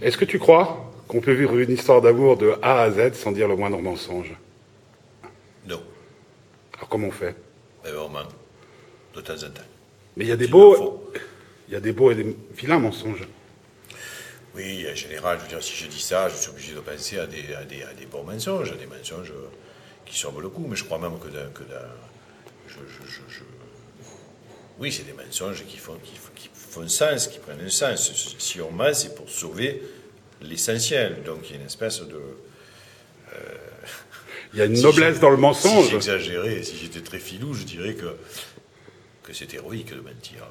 Est-ce que tu crois qu'on peut vivre une histoire d'amour de A à Z sans dire le moindre mensonge Non. Alors comment on fait Mais vraiment, de temps en temps. Mais il y a des Il le beaux, faut. il y a des beaux et des vilains mensonges. Oui, en général, je veux dire, si je dis ça, je suis obligé de penser à des, à des, à des bons mensonges, à des mensonges euh, qui servent le coup. Mais je crois même que dans- que dans- je, je- je- je- Oui, c'est des mensonges qui font, qui, f- qui font sens, qui prennent un sens. Si on ment, c'est pour sauver l'essentiel. Donc il y a une espèce de... Il y a une si noblesse j'ai- dans le Si mensonge. j'exagérais, si j'étais très filou, je dirais que, que c'est héroïque de mentir.